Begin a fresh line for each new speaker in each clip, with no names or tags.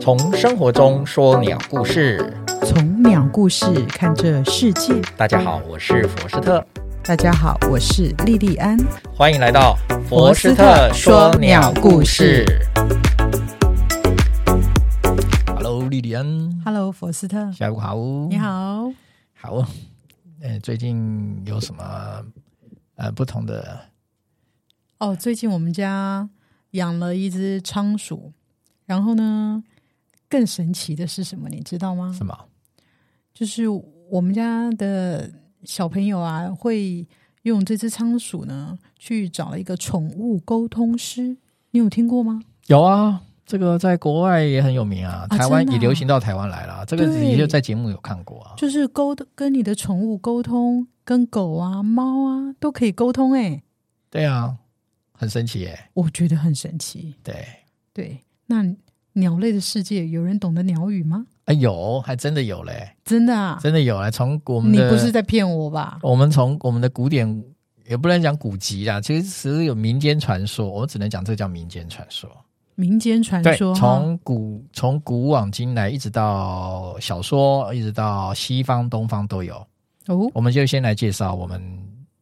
从生活中说鸟故事。
从鸟故事看这世界。
大家好，我是佛斯特，
大家好，我是莉莉安。
欢迎来到
佛斯特说鸟故事。
Hello，莉莉安，
Hello，佛斯特，
下午好。
你，好。
好。呃，最近有什么呃不同的？
哦，最近我们家养了一只仓鼠，然后呢，更神奇的是什么，你知道吗？
什么？
就是我们家的小朋友啊，会用这只仓鼠呢去找了一个宠物沟通师，你有听过吗？
有啊，这个在国外也很有名啊，
啊
台湾
真的
也
啊
流行到台湾来了。这个
对
的确在节目有看过啊。
就是沟跟你的宠物沟通，跟狗啊、猫啊都可以沟通、欸，
对啊，很神奇耶。
我觉得很神奇。
对，
对，那鸟类的世界，有人懂得鸟语吗？
哎，有，还真的有嘞。
真的啊，
真的有啊，从我们
你
的
不是在骗我吧？
我们从我们的古典也不能讲古籍啦，其实只是有民间传说，我只能讲这叫民间传说。
民间传
对，
说哈，
从古从古往今来，一直到小说，一直到西方、东方都有。
哦，
我们就先来介绍我们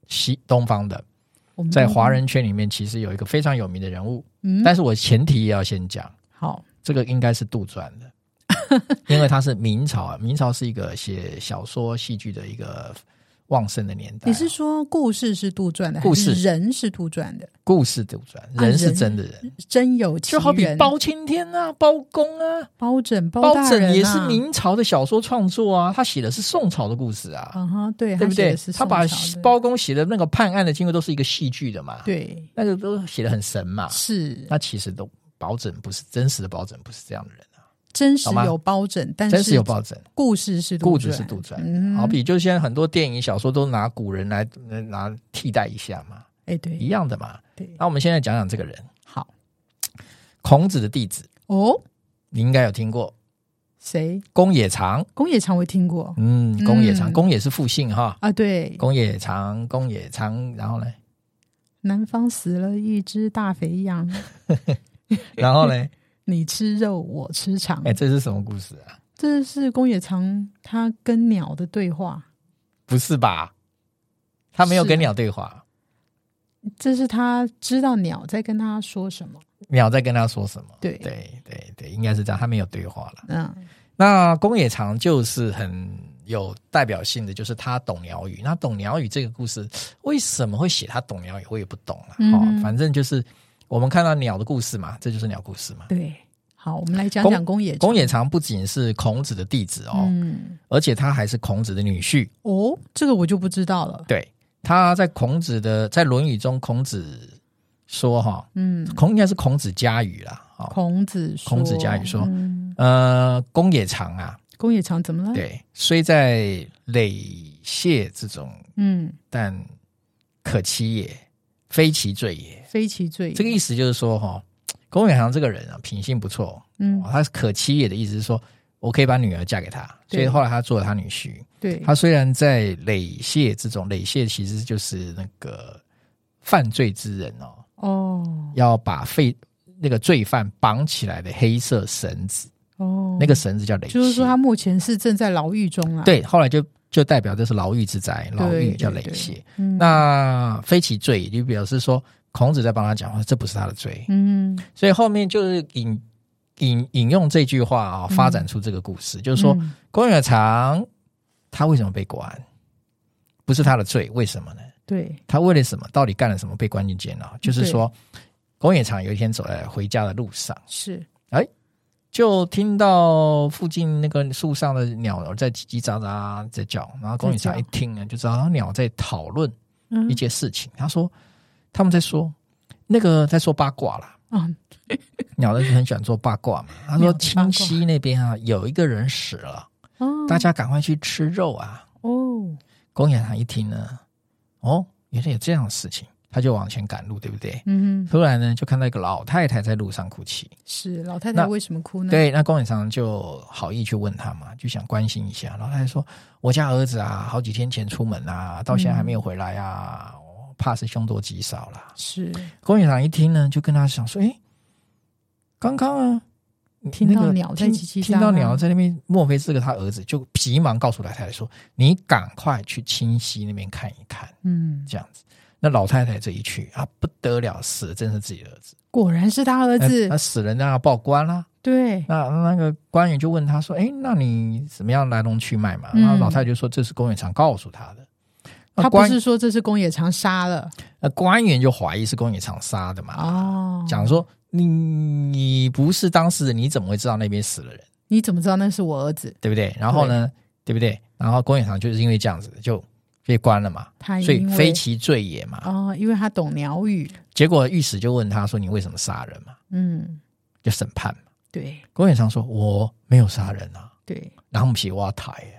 西东方的，
我们
在华人圈里面，其实有一个非常有名的人物，
嗯
但是我前提也要先讲，
好
这个应该是杜撰 的。因为他是明朝啊，明朝是一个写小说、戏剧的一个旺盛的年代啊。
你是说故事是杜撰的，
故事
还是人是杜撰的？
故事杜
啊
撰，人是真的人，
真有其
就好比
人，
包青天啊、包公啊、
包拯、包
包
大人、啊、
拯也是，明朝的小说创作啊，他写的是宋朝的故事啊，
啊哈，对，
对不对
他写的是？
他把
宋朝的
包公写的那个判案的经过都是一个戏剧的嘛，，
对
那个都写的很神嘛。
是
那其实都包拯不是真实的包拯，不是这样的人啊，
真实
好吗
有包拯，但
真实
是
有包拯，
故事是杜
故
撰
事是杜撰。
嗯
好比就现在很多电影小说都拿古人来来拿替代一下嘛，
哎
一
对
样的嘛。
对，
那我们现在讲讲这个人，
好
孔子的弟子，
哦，
你应该有听过
谁？
公冶长。
宫野常会听过
嗯，公冶长，
嗯
公冶是复姓哈，
啊，对，
公冶长，公冶长，然后呢，
南方死了一只大肥羊，
然后呢，
你吃肉，我吃肠
哎、。这是什么故事啊？
这是宫野长他跟鸟的对话，
不是吧？他没有
是啊
跟鸟对话，
这是他知道鸟在跟他说什么。
鸟在跟他说什么？
对，
对对对，应该是这样，他没有对话了。
嗯，
那公冶长就是很有代表性的，就是他懂鸟语。那懂鸟语这个故事为什么会写他懂鸟语，我也不懂了、
嗯
哦，反正就是我们看到鸟的故事嘛，这就是鸟故事嘛。
对。好，我们来讲
宫
讲宫野长。
公冶长不仅是孔子的弟子哦，
嗯，
而且他还是孔子的女婿。
哦，这个我就不知道了。
对，他在孔子的在《论语》中，孔子说哈，
嗯，
孔应该是孔子家语啦，哦，
孔子说，
孔子家语说
嗯
呃，公冶长啊，
宫野长怎么了？，
对，虽在累谢之中，
嗯，
但可欺也，非其罪也。
非其罪。
这个意思就是说哈，公冶长这个人啊，品性不错，
嗯
哦，他是可欺也的意思是说，我可以把女儿嫁给他，所以
对
后来他做了他女婿。
对，
他虽然在累谢之中，累谢其实就是那个犯罪之人哦，
哦
要把废那个罪犯绑起来的黑色绳子，
哦，
那个绳子叫累谢。
就是说他目前是正在牢狱中啊。，
对，后来就就代表这是牢狱之灾，牢狱
对
叫
对
累
对
谢。
嗯
那非其罪，就表示说孔子在帮他讲话，这不是他的罪，
嗯，
所以后面就是引引引用这句话啊、发展出这个故事，就是说
嗯
公有长他为什么被关，不是他的罪，为什么呢？
对，
他为了什么？到底干了什么被关进监牢？就是说，公冶长有一天走在回家的路上，
是
就听到附近那个树上的鸟儿在叽叽喳喳在叫，然后公冶长
在叫
一听啊呢，就知道鸟在讨论
嗯
一件事情。他说，他们在说那个在说八卦啦，
啊，
鸟类就很喜欢做八卦嘛。他
嗯鸟
说，
的八卦
清溪那边啊有一个人死了，
哦
大家赶快去吃肉啊！
哦，
公冶长一听呢，哦，原来有这样的事情，他就往前赶路，对不对？
嗯哼，
突然呢，就看到一个老太太在路上哭泣。
是老太
那
太为什么哭呢？，
对，那公园长就好意去问她嘛，就想关心一下。老太太说：“我家儿子啊，好几天前出门啊，到现在还没有回来啊，我怕是凶多吉少啦。
是”
公园长一听呢，就跟他想说：“诶，刚刚啊，
听
那
到
个
鸟在
听
叽叽喳喳
听到鸟在那边，莫非是个他儿子？就急忙告诉老太太说：“你赶快去清溪那边看一看。
嗯”，
这样子，那老太太这一去啊，不得了，死的真是自己的儿子，
果然是他儿子
那、，死人当然要报官啦、
对，
那那个官员就问他说：“哎，那你怎么样来龙去脉嘛？”
嗯
然后老太太就说：“这是公园长告诉他的。”那
他不
官
是说这是宫野长杀了
那官员就怀疑是公园长杀的嘛，
哦，
讲说你你不是当事人，你怎么会知道那边死了人，
你怎么知道那是我儿子？
对不对？然后呢，对不对？然后公园长就是因为这样子就被关了嘛，
他
所以
哎因为
非其罪也嘛。
哦，因为他懂鸟语，
结果御史就问他说：“你为什么杀人嘛
嗯，？”
就审判嘛。
对
公园长说：“我没有杀人啊。”
对，
然后我们挖台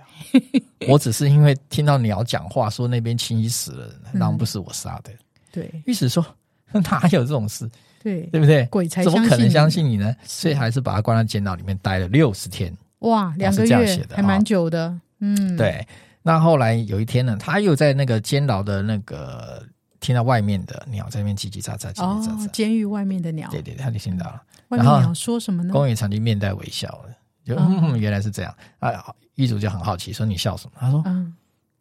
啊，我只是因为听到鸟讲话说那边清洗死了人，
嗯
然后不是我杀的。
对
御史说哪有这种事，
对，
对不对？
鬼才
怎么
相
可能
信
相
你
信你呢？所以还是把他关到监牢里面待了六十天。
哇，两
是
个
这样写
月
的
还
啊
蛮久的，嗯，，
对，那后来有一天呢，他又在那个监牢的那个听到外面的鸟在那边叽叽喳喳，叽叽
哦
喳，喳。
监狱外面的鸟，
对对，他就听到了。
外面
然后
鸟说什么呢？
公园长就面带微笑了，就
哦
嗯，原来是这样啊。狱主就很好奇，说你笑什么？他说
嗯，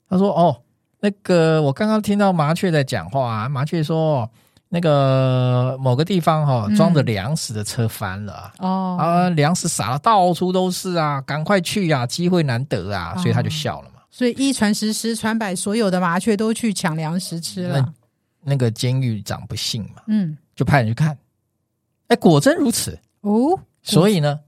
他说：“哦，那个我刚刚听到麻雀在讲话、啊，麻雀说那个某个地方哈、
嗯
装着粮食的车翻了啊，
哦，
啊粮食撒了到处都是啊，赶快去啊，机会难得啊，
哦
所以他就笑了嘛。
所以一传十，十传百，所有的麻雀都去抢粮食吃了，
那个监狱长不信啊嘛，
嗯，
就派人去看，哎，果真如此。
哦，
所以呢，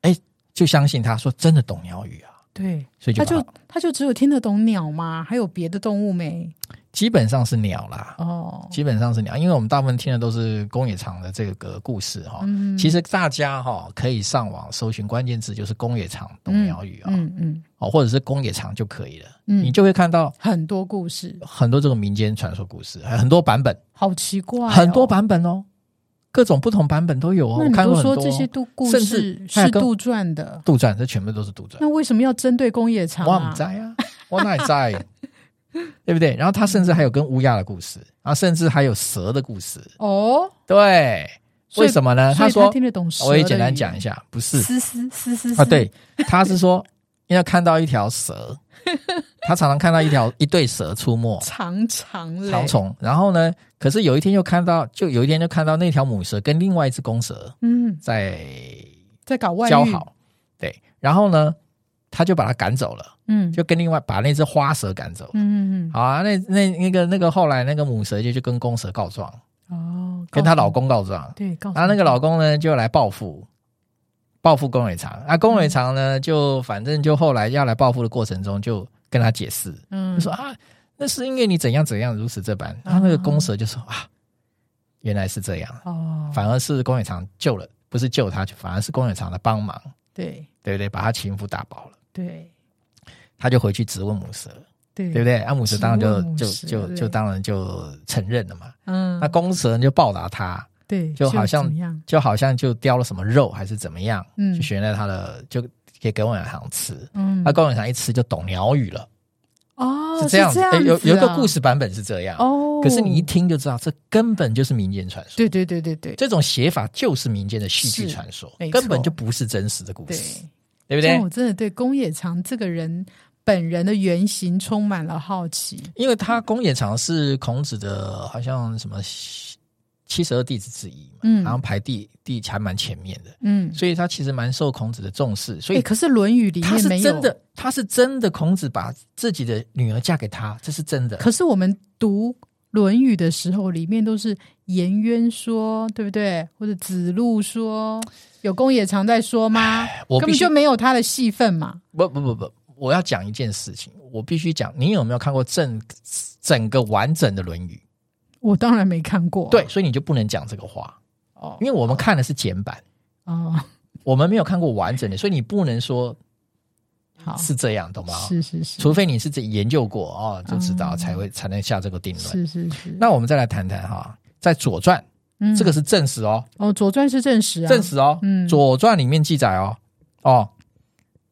哎，就相信他说真的懂鸟语啊，
对，
所以就
他
把它
就他就只有听得懂鸟吗？还有别的动物没？
基本上是鸟啦。”
哦，
基本上是鸟，因为我们大部分听的都是宫野长的这个故事哈、
嗯，
其实大家哈、可以上网搜寻关键字，就是宫野长懂鸟语啊、
嗯嗯
哦，或者是宫野长就可以了，
嗯，
你就会看到
很多故事，
很多这个民间传说故事，很多版本，
好奇怪哦，
很多版本哦，各种不同版本都有哦。
那
我
你
看
都
过很
说
多
这些都故
甚
事
至还
是
有跟
杜撰的，
杜撰，这全部都是杜撰。
那为什么要针对工业厂
我唔
啊？
知啊，我哪里在？对不对？然后他甚至还有跟乌鸦的故事，然后甚至还有蛇的故事。
哦，
对，
所以
为什么呢？
所以
说，
听得懂蛇的语
我
言，
也简单讲一下，不是
嘶嘶嘶嘶
啊，对，他是说，因为看到一条蛇，他常常看到一条一对蛇出没，
长长嘞
长，虫。然后呢，可是有一天又看到，就有一天就看到那条母蛇跟另外一只公蛇
嗯，
在
在搞外遇，
交好，对，然后呢，他就把它赶走了，
嗯，
就跟另外把那只花蛇赶走。
嗯嗯
好啊，那那那个那个后来那个母蛇就就跟公蛇告状，
嗯，哦，
跟她
告诉
老公告状，
对，告诉
然后那
你
个老公呢就来报复，报复宫尾长。啊，宫尾长呢就反正就后来要来报复的过程中，就跟他解释，
嗯
就说啊，那是因为你怎样怎样如此这般。啊然后那个公蛇就说啊，原来是这样，
哦，
反而是宫尾长救了，不是救他，反而是宫尾长的帮忙，
对
对不对？把他情夫打爆了。
对
他就回去质问母蛇，
对
对不？对？啊，母蛇当然
嗯质问
就
母
就
蛇
就
对
就当然就承认了嘛。
嗯，
那公蛇就报答他，
对，
就好像
怎么样？
就好像就叼了什么肉还是怎么样，
嗯
就悬在他的，就给给我远堂吃。
嗯
那公远堂一吃就懂鸟语了，
哦，
啊是
这
这样
子
诶
啊，
有有一个故事版本是这样，
哦，
可是你一听就知道，这根本就是民间传说。
对对对对对
这种写法就是民间的戏剧传说
是没，错
根本就不是真实的故
对，
事，对不
但我
对？
真的对工野长这个人本人的原型充满了好奇，
因为他公冶长是孔子的，好像什么七十二弟子之一嘛，
嗯
然后排第第还蛮前面的，
嗯，
所以他其实蛮受孔子的重视，所
哎，
以
可是《论语》里
他
面
是
没有
真的，他是真的，孔子把自己的女儿嫁给他，这是真的。
可是我们读《论语》的时候，里面都是颜渊说，对不对？或者子路说，有公也常在说吗？
我
根
必
本
须
就没有他的戏份嘛。
不不不不，我要讲一件事情，我必须讲。你有没有看过整整个完整的《论语
我当然没看过。》？
对，，所以你就不能讲这个话，
哦
因为我们看的是简版，
哦，
我们没有看过完整的，所以你不能说
好，
是这样，懂吗？
是是是
除非你是自己研究过哦，就知道
嗯
才会才能下这个定论。
是是是。
那我们再来谈谈哈，在《左传》
嗯
这个是正史哦，
哦，《左传》是正史啊，
正史哦，
嗯
左传》里面记载哦，哦，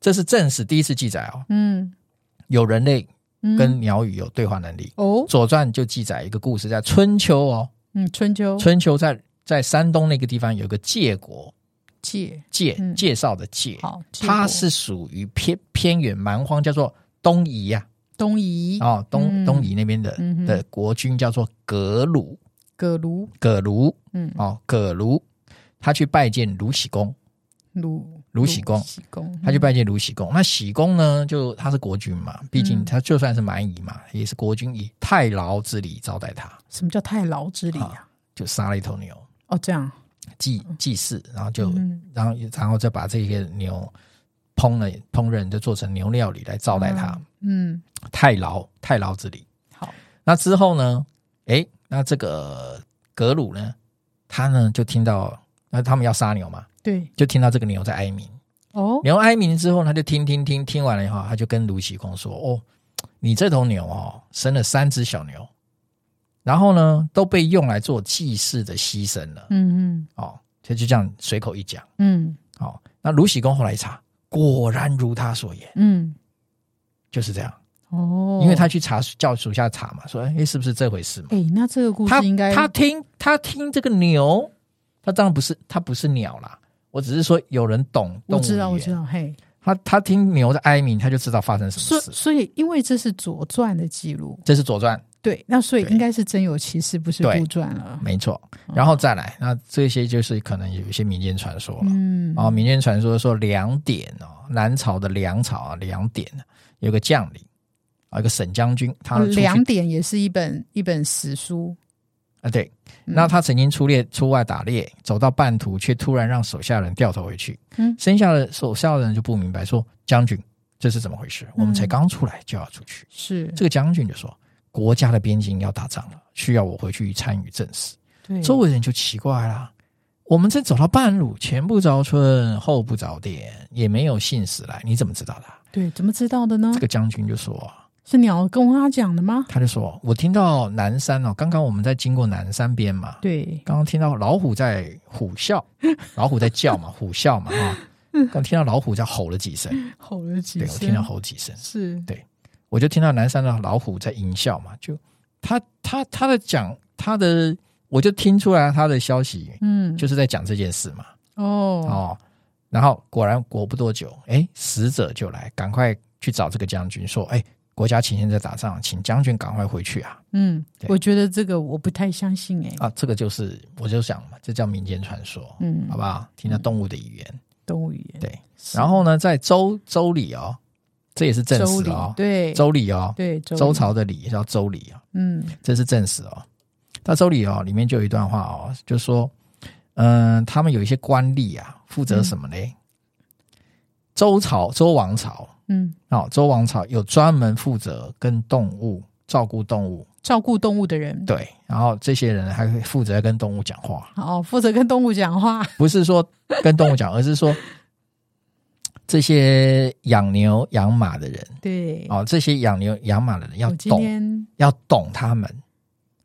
这是正史第一次记载哦，
嗯，
有人类
嗯
跟鸟语有对话能力。
哦，
左传》就记载一个故事，在春秋哦，
嗯，春秋，
春秋在在山东那个地方有个界国，
介，
介、
嗯
介绍的介，
好，介
它
国
是属于偏偏远蛮荒，叫做东夷呀、
东夷
啊，哦，东、
嗯
东夷那边的、
嗯哼
的国君叫做葛鲁，
葛庐，
葛卢
嗯，
哦，葛卢，他去拜见卢喜公，
鲁
鲁喜公
喜公，
他去
嗯
拜见卢喜公。那喜公呢，就他是国君嘛，毕竟
嗯
他就算是蛮夷嘛，也是国君以太牢之礼招待他，
什么叫太牢之礼啊？
就杀了一头牛
哦，这样，
祭祭祀，然后就、
嗯
然后然后再把这些牛烹了烹饪，就做成牛料理来招待他。
嗯，
太牢太牢之礼。
好，
那之后呢，诶，那这个格鲁呢，他呢就听到那他们要杀牛嘛，
对，
就听到这个牛在哀鸣。
哦，
牛哀鸣之后，他就听听听听完了以后，他就跟卢喜公说：“哦，你这头牛哦，生了三只小牛，然后呢都被用来做祭祀的牺牲了。
嗯
哦，他就这样随口一讲。
嗯嗯
哦，那卢喜公后来一查，果然如他所言，
嗯，
就是这样。
哦，
因为他去查叫属下查嘛，说：“哎，是不是这回事嘛？”
哎、那这个故
他
事应该
他听他听这个牛，他当然不是他不是鸟啦，我只是说有人懂动
我
物
知道，
语
我
言
知道，嘿，
他他听牛的哀鸣，他就知道发生什
所
么
以
事。
所以因为这是《左传》的记录，
这是《左传
对，那所以
对
应该是真有其事，不是
对
杜撰》，了。
没错。
嗯
然后再来，那这些就是可能有一些民间传说了。
嗯，
哦，民间传说说梁典哦，南朝的梁朝啊，梁典有个将领啊，有个沈将军，他
哦
出去
两点也是一本一本史书，
啊，对，
嗯
那他曾经出猎出外打猎，走到半途却突然让手下人掉头回去，
嗯
剩下的手下人就不明白说：“将军，这是怎么回事？
嗯
我们才刚出来就要出去。
是
这个将军就说：“国家的边境要打仗了，需要我回去参与政事。”
对啊
周围人就奇怪啦。我们这走到半路，前不着村后不着店，也没有信使来，你怎么知道的啊、
对，怎么知道的呢
这？个将军就说
是鸟跟我他讲的吗：“？
他就说，我听到南山哦，刚刚我们在经过南山边嘛，
对，
刚刚听到老虎在虎 啸，老虎在叫嘛，虎啸嘛啊。刚听到老虎在吼了几声，
吼了嗯几
对
声，
我听到吼几声，
是
我就听到南山的老虎在淫笑嘛，就他他他的讲他的，我就听出来他的消息
嗯，
就是在讲这件事嘛，
哦
哦，然后果然果不多久，哎，使者就来，赶快去找这个将军说，哎，国家前线在打仗，请将军赶快回去啊
嗯，
对
我觉得这个我不太相信哎、
啊，这个就是我就想嘛，这叫民间传说，
嗯
好，不好？听到动物的语言，
动物语言
对，
是
然后呢，在周周礼哦，这也是正
周
史
礼
哦，
对
周礼哦，
对周
周
礼
朝的礼叫周礼哦，
嗯
这是正史哦。那周礼哦，里面就有一段话哦，就说，嗯、他们有一些官吏啊，负
嗯
责什么呢？周朝周王朝
嗯
哦，周王朝有专门负责跟动物照顾动物，
照顾动物的人
对，然后这些人还会负责跟动物讲话，
哦，负责跟动物讲话。
不是说跟动物讲，而是说这些养牛养马的人
对，
哦，这些养牛养马的人要
我今
懂，
天
要懂他们，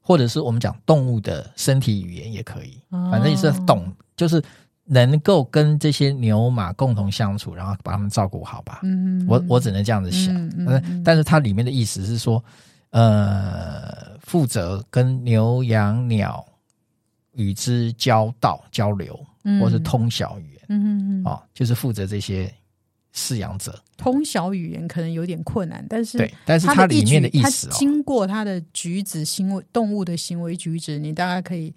或者是我们讲动物的身体语言也可以，
哦
反正也是懂，就是能够跟这些牛马共同相处，然后把他们照顾好吧。
嗯，
我我只能这样子想，
嗯嗯
但是
嗯
呃但是它里面的意思是说，呃，负责跟牛羊鸟与之交道交流，呃或是
嗯
通晓语言
嗯嗯嗯
哦，就是负责这些饲养者。
通晓语言可能有点困难，但是
对，但是
它
它里面的
一举
意
它
思哦，
经过它的举止行为，动物的行为举止，你大概可以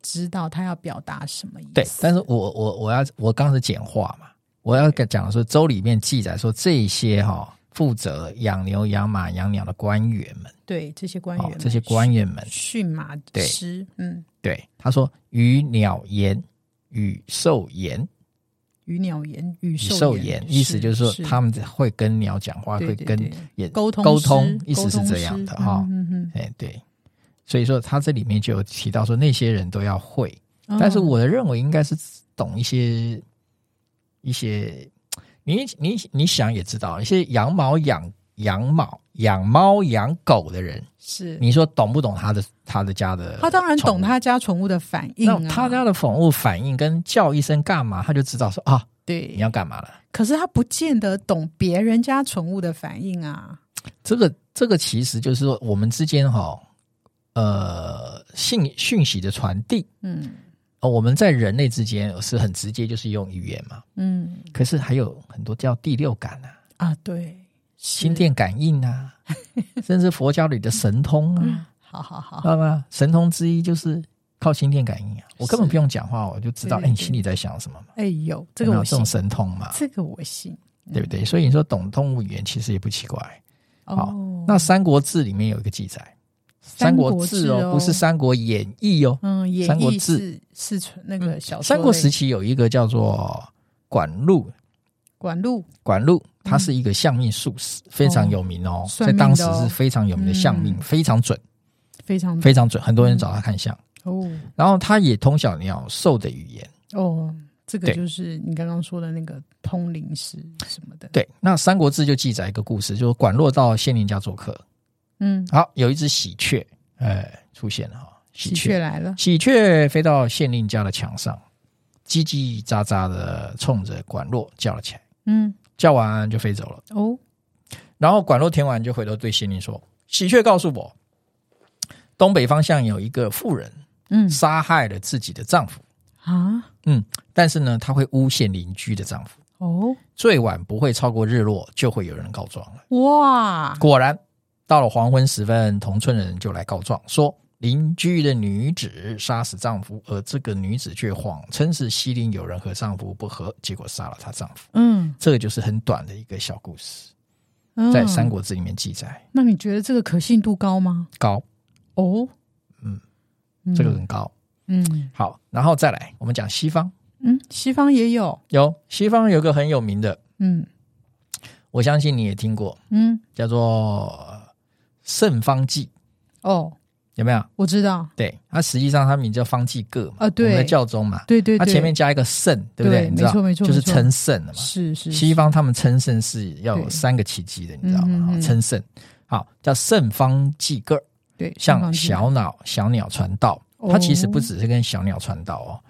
知道它要表达什么意思。
对，但是我我我要我刚刚是简化嘛，我要讲说周里面记载说这些哈、负责养牛、养马、养鸟的官员们，
对这些官员
哦
们、，
这些官员们，
驯马
对
师，嗯，
对他说：“与鸟言，与兽言，
与鸟言，与
与兽
言
言。”，意思就是说他
们
们会跟鸟讲话，
对
会
对
跟
对
也
沟通
沟
师
通，意思
沟
是
通
这
师
样的哈。
嗯嗯
哎，对，所以说他这里面就有提到说那些人都要会，
嗯，
但是
嗯
我的认为应该是懂一些一些，你你你想也知道，一些养猫养养猫养猫养狗的人，
是
你说懂不懂他的他的家的宠物？
他当然懂他家宠物的反应
那
啊，
他家的宠物反应跟叫一声干嘛，他就知道说啊你
对，
要干嘛了。
可是他不见得懂别人家宠物的反应啊。
这个这个其实就是说我们之间哈、呃信讯息的传递
嗯，
呃，我们在人类之间是很直接，就是用语言嘛。
嗯
可是还有很多叫第六感啊，
啊，对，
心电感应 啊，甚至佛教里的神通啊，
好好好
知，道吗？神通之一就是靠心电感应啊，我根本
是
不用讲话，我就知道，
对
哎、
对
你心里在想什么嘛。
哎呦，这
有啊
个
没有
我
这
信
种，神通嘛，
这个我信。
对不对？所以你说懂动物语言其实也不奇怪。好
哦，
那《三国志》里面有一个记载，《三国志》
哦，
哦，不是《
三，
三国演义》哦。
嗯，演
三国
义
志
是是纯那个小说类。
三国时期有一个叫做管路，
管路
管路他是一个相命术士，非常有名哦，
算
在
命的
当
嗯哦
时是非常有名的相命，
嗯
非常准，
非常
非常准，很多人找他看相。
哦
然后他也通晓鸟兽的语言。
哦，这个
对
就是你刚刚说的那个通灵师什么的。，
对，那《三国志》就记载一个故事，就是管路到县令家做客，
嗯，
好，有一只喜鹊，哎，出现了哈、喜
喜鹊，嗯来了，
喜鹊飞到县令家的墙上，叽叽喳喳的冲着管路叫了起来。
嗯，
叫完就飞走了。
哦，
然后管路填完就回头对县令说：“喜鹊告诉我，东北方向有一个妇人
嗯
杀害了自己的丈夫，
啊，
但是呢，她会诬陷邻居的丈夫，
哦，
最晚不会超过日落就会有人告状了。”
哇，
果然，到了黄昏时分，同村人就来告状说。邻居的女子杀死丈夫，而这个女子却谎称是西陵有人和丈夫不和，结果杀了她丈夫。
嗯，
这个就是很短的一个小故事，
嗯
在《三，国志》里面记载
那你觉得这个可信度高吗？
高，
哦，
嗯
嗯，
这个很高。
嗯
好，然后再来，我们讲西方，
嗯，西方也有，
有西方有个很有名的，
嗯
我相信你也听过，
嗯，
叫做圣方济，
哦，
有没有？
我知道，
对，它实际上它名叫方济各嘛，
啊对
我们的教宗嘛，
对对
它
对，
前面加一个圣，对不
对
你知道，
没错没错
就是
没错
称圣了嘛。
是是
西
是
方他们称圣是要有
对
三个奇迹的，你知道
嗯
吗？
嗯嗯
称圣，好，叫圣方济各，
对，西
向
方是
小鸟小鸟传道，
哦
它其实不只是跟小鸟传道哦。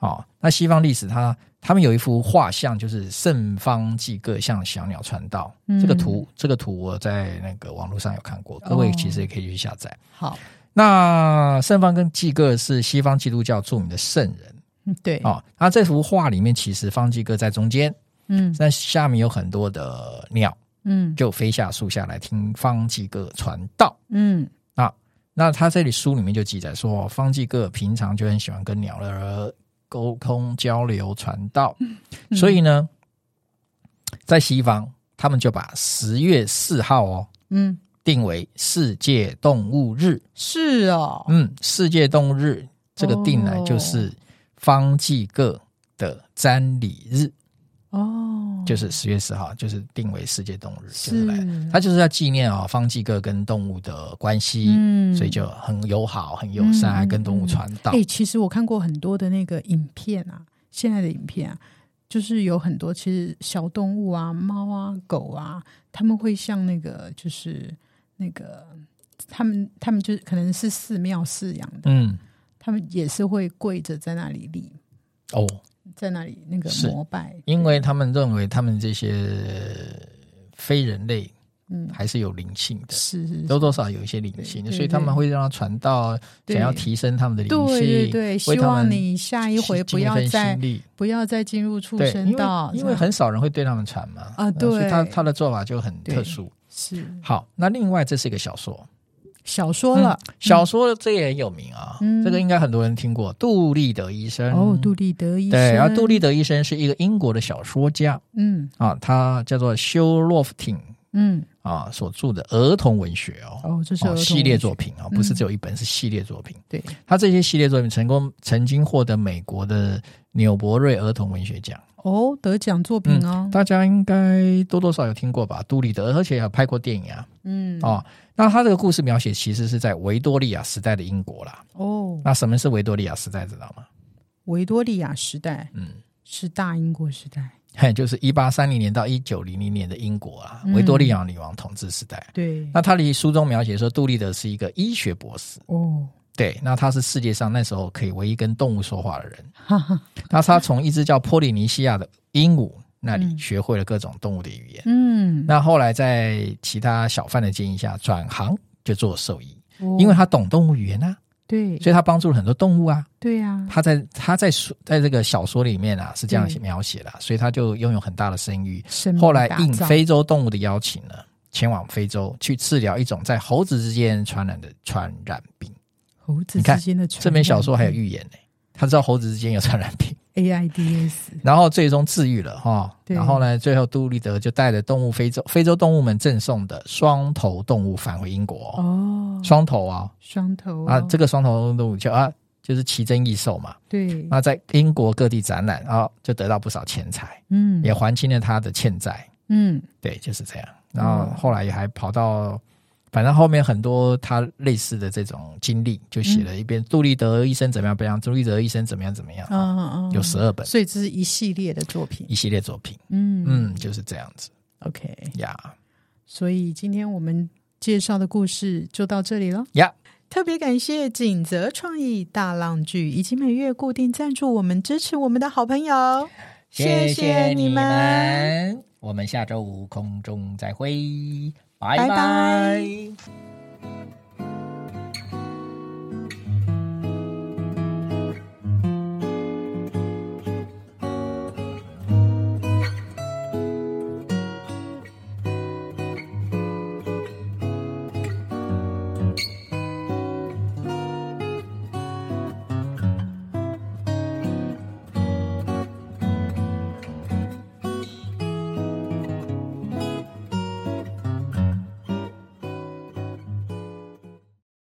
哦，那西方历史它他们有一幅画像，就是圣方济各向小鸟传道。
嗯
这个图，这个图我在那个网络上有看过，各位
哦
其实也可以去下载。
好，
那圣方跟济各是西方基督教著名的圣人
嗯对，
哦。那这幅画里面，其实方济各在中间，
嗯
那下面有很多的鸟，
嗯
就飞下树下来听方济各传道。
嗯
那他这里书里面就记载说，方济各平常就很喜欢跟鸟儿沟通、交流、传道，
嗯
所以呢，在西方，他们就把十月四号哦
嗯，
定为世界动物日。
是哦，
嗯，世界动物日这个定来
哦
就是方济各的瞻礼日，
哦，
嗯就是十月四号，就是定为世界动物日，就是是来，他就是要纪念啊、哦、方济各跟动物的关系。
嗯
所以就很友好、很友善，
嗯
还跟动物传道
哎、。其实我看过很多的那个影片啊，现在的影片啊，就是有很多其实小动物啊，猫啊、狗啊，他们会像那个就是那个他们他们就是可能是寺庙饲养的，
嗯，
他们也是会跪着在那里礼，
哦，
在那里那个
是
膜拜，
因为他们认为他们这些非人类
嗯，
还是有灵性的，
是是是，
多多少少有一些灵性，
对
所以他们会让他传道，
对
想要提升他们的灵性，
对对对，
为
希
他
望
们
你下一回不
尽一
要
份
再
心力。
不要再进入畜
对，
生
因为
道，
因
这
为
样
很少人会对他们传嘛，
啊
嗯所以
对
他他的做法就很特殊。
是
好，那另外这是一个小说，
小说了、
小说这也很有名啊，
嗯
这个应该很多人听过，杜立德医生。
哦，杜立德医生，
嗯对，然后杜立德医生是一个英国的小说家
嗯
啊，他叫做休洛夫汀
嗯，
啊所著的儿童文学哦，
哦，这是
哦
儿童
系列
文
作
学，
品啊、不是只有一本，是系列作品。
对，
他这些系列作品成功曾经获得美国的纽伯瑞儿童文学奖，
哦，得奖作品哦，
大家应该多多少少有听过吧？杜立德，而且还拍过电影啊。
嗯
哦，那他这个故事描写其实是在维多利亚时代的英国啦。
哦，
那什么是维多利亚时代？知道吗？
维多利亚时代
嗯。
是大英国时代，
嘿，就是一八三零年到一九零零年的英国啊，
嗯
维多利亚女王统治时代。
对，
那他的书中描写说，杜立德是一个医学博士，
哦，
对，那他是世界上那时候可以唯一跟动物说话的人。
哈哈，
那他从一只叫波利尼西亚的鹦鹉那里
嗯
学会了各种动物的语言。
嗯，
那后来在其他小贩的建议下转行，就做兽医，
哦
因为他懂动物语言啊。
对，
所以他帮助了很多动物啊。
对呀，
他在他在书在这个小说里面啊是这样
对
描写的啊，所以他就拥有很大的声誉。
生命
后来
打
应
造
非洲动物的邀请呢，前往非洲去治疗一种在猴子之间传染的传染病。
猴子
你看
之间的传
这本小
染
说还有
病
预言呢、他知道猴子之间有传染病，
AIDS，
然后最终治愈了哈。
对
然后呢，最后杜立德就带着动物非洲非洲动物们赠送的双头动物返回英国。
哦，
双头啊、
双头哦
啊，这
个
个双头动物就啊就是奇珍异兽嘛。
对，
那在英国各地展览啊，就得到不少钱财，
嗯
也还清了他的欠债。
嗯，
对，就是这样。然后后来也还跑到，反正后面很多他类似的这种经历，就写了一遍杜立德医生怎么样怎么样，杜立德医生怎么样怎么样，
啊啊，
有十二本
所以这是一系列的作品
一，系列作品。
嗯
嗯，就是这样子
，OK，
呀
所以今天我们介绍的故事就到这里了。
呀，
特别感谢锦泽创意大浪剧以及每月固定赞助我们、支持我们的好朋友，
谢
谢
你
们。
们，我们下周五空中再会，
拜
拜
拜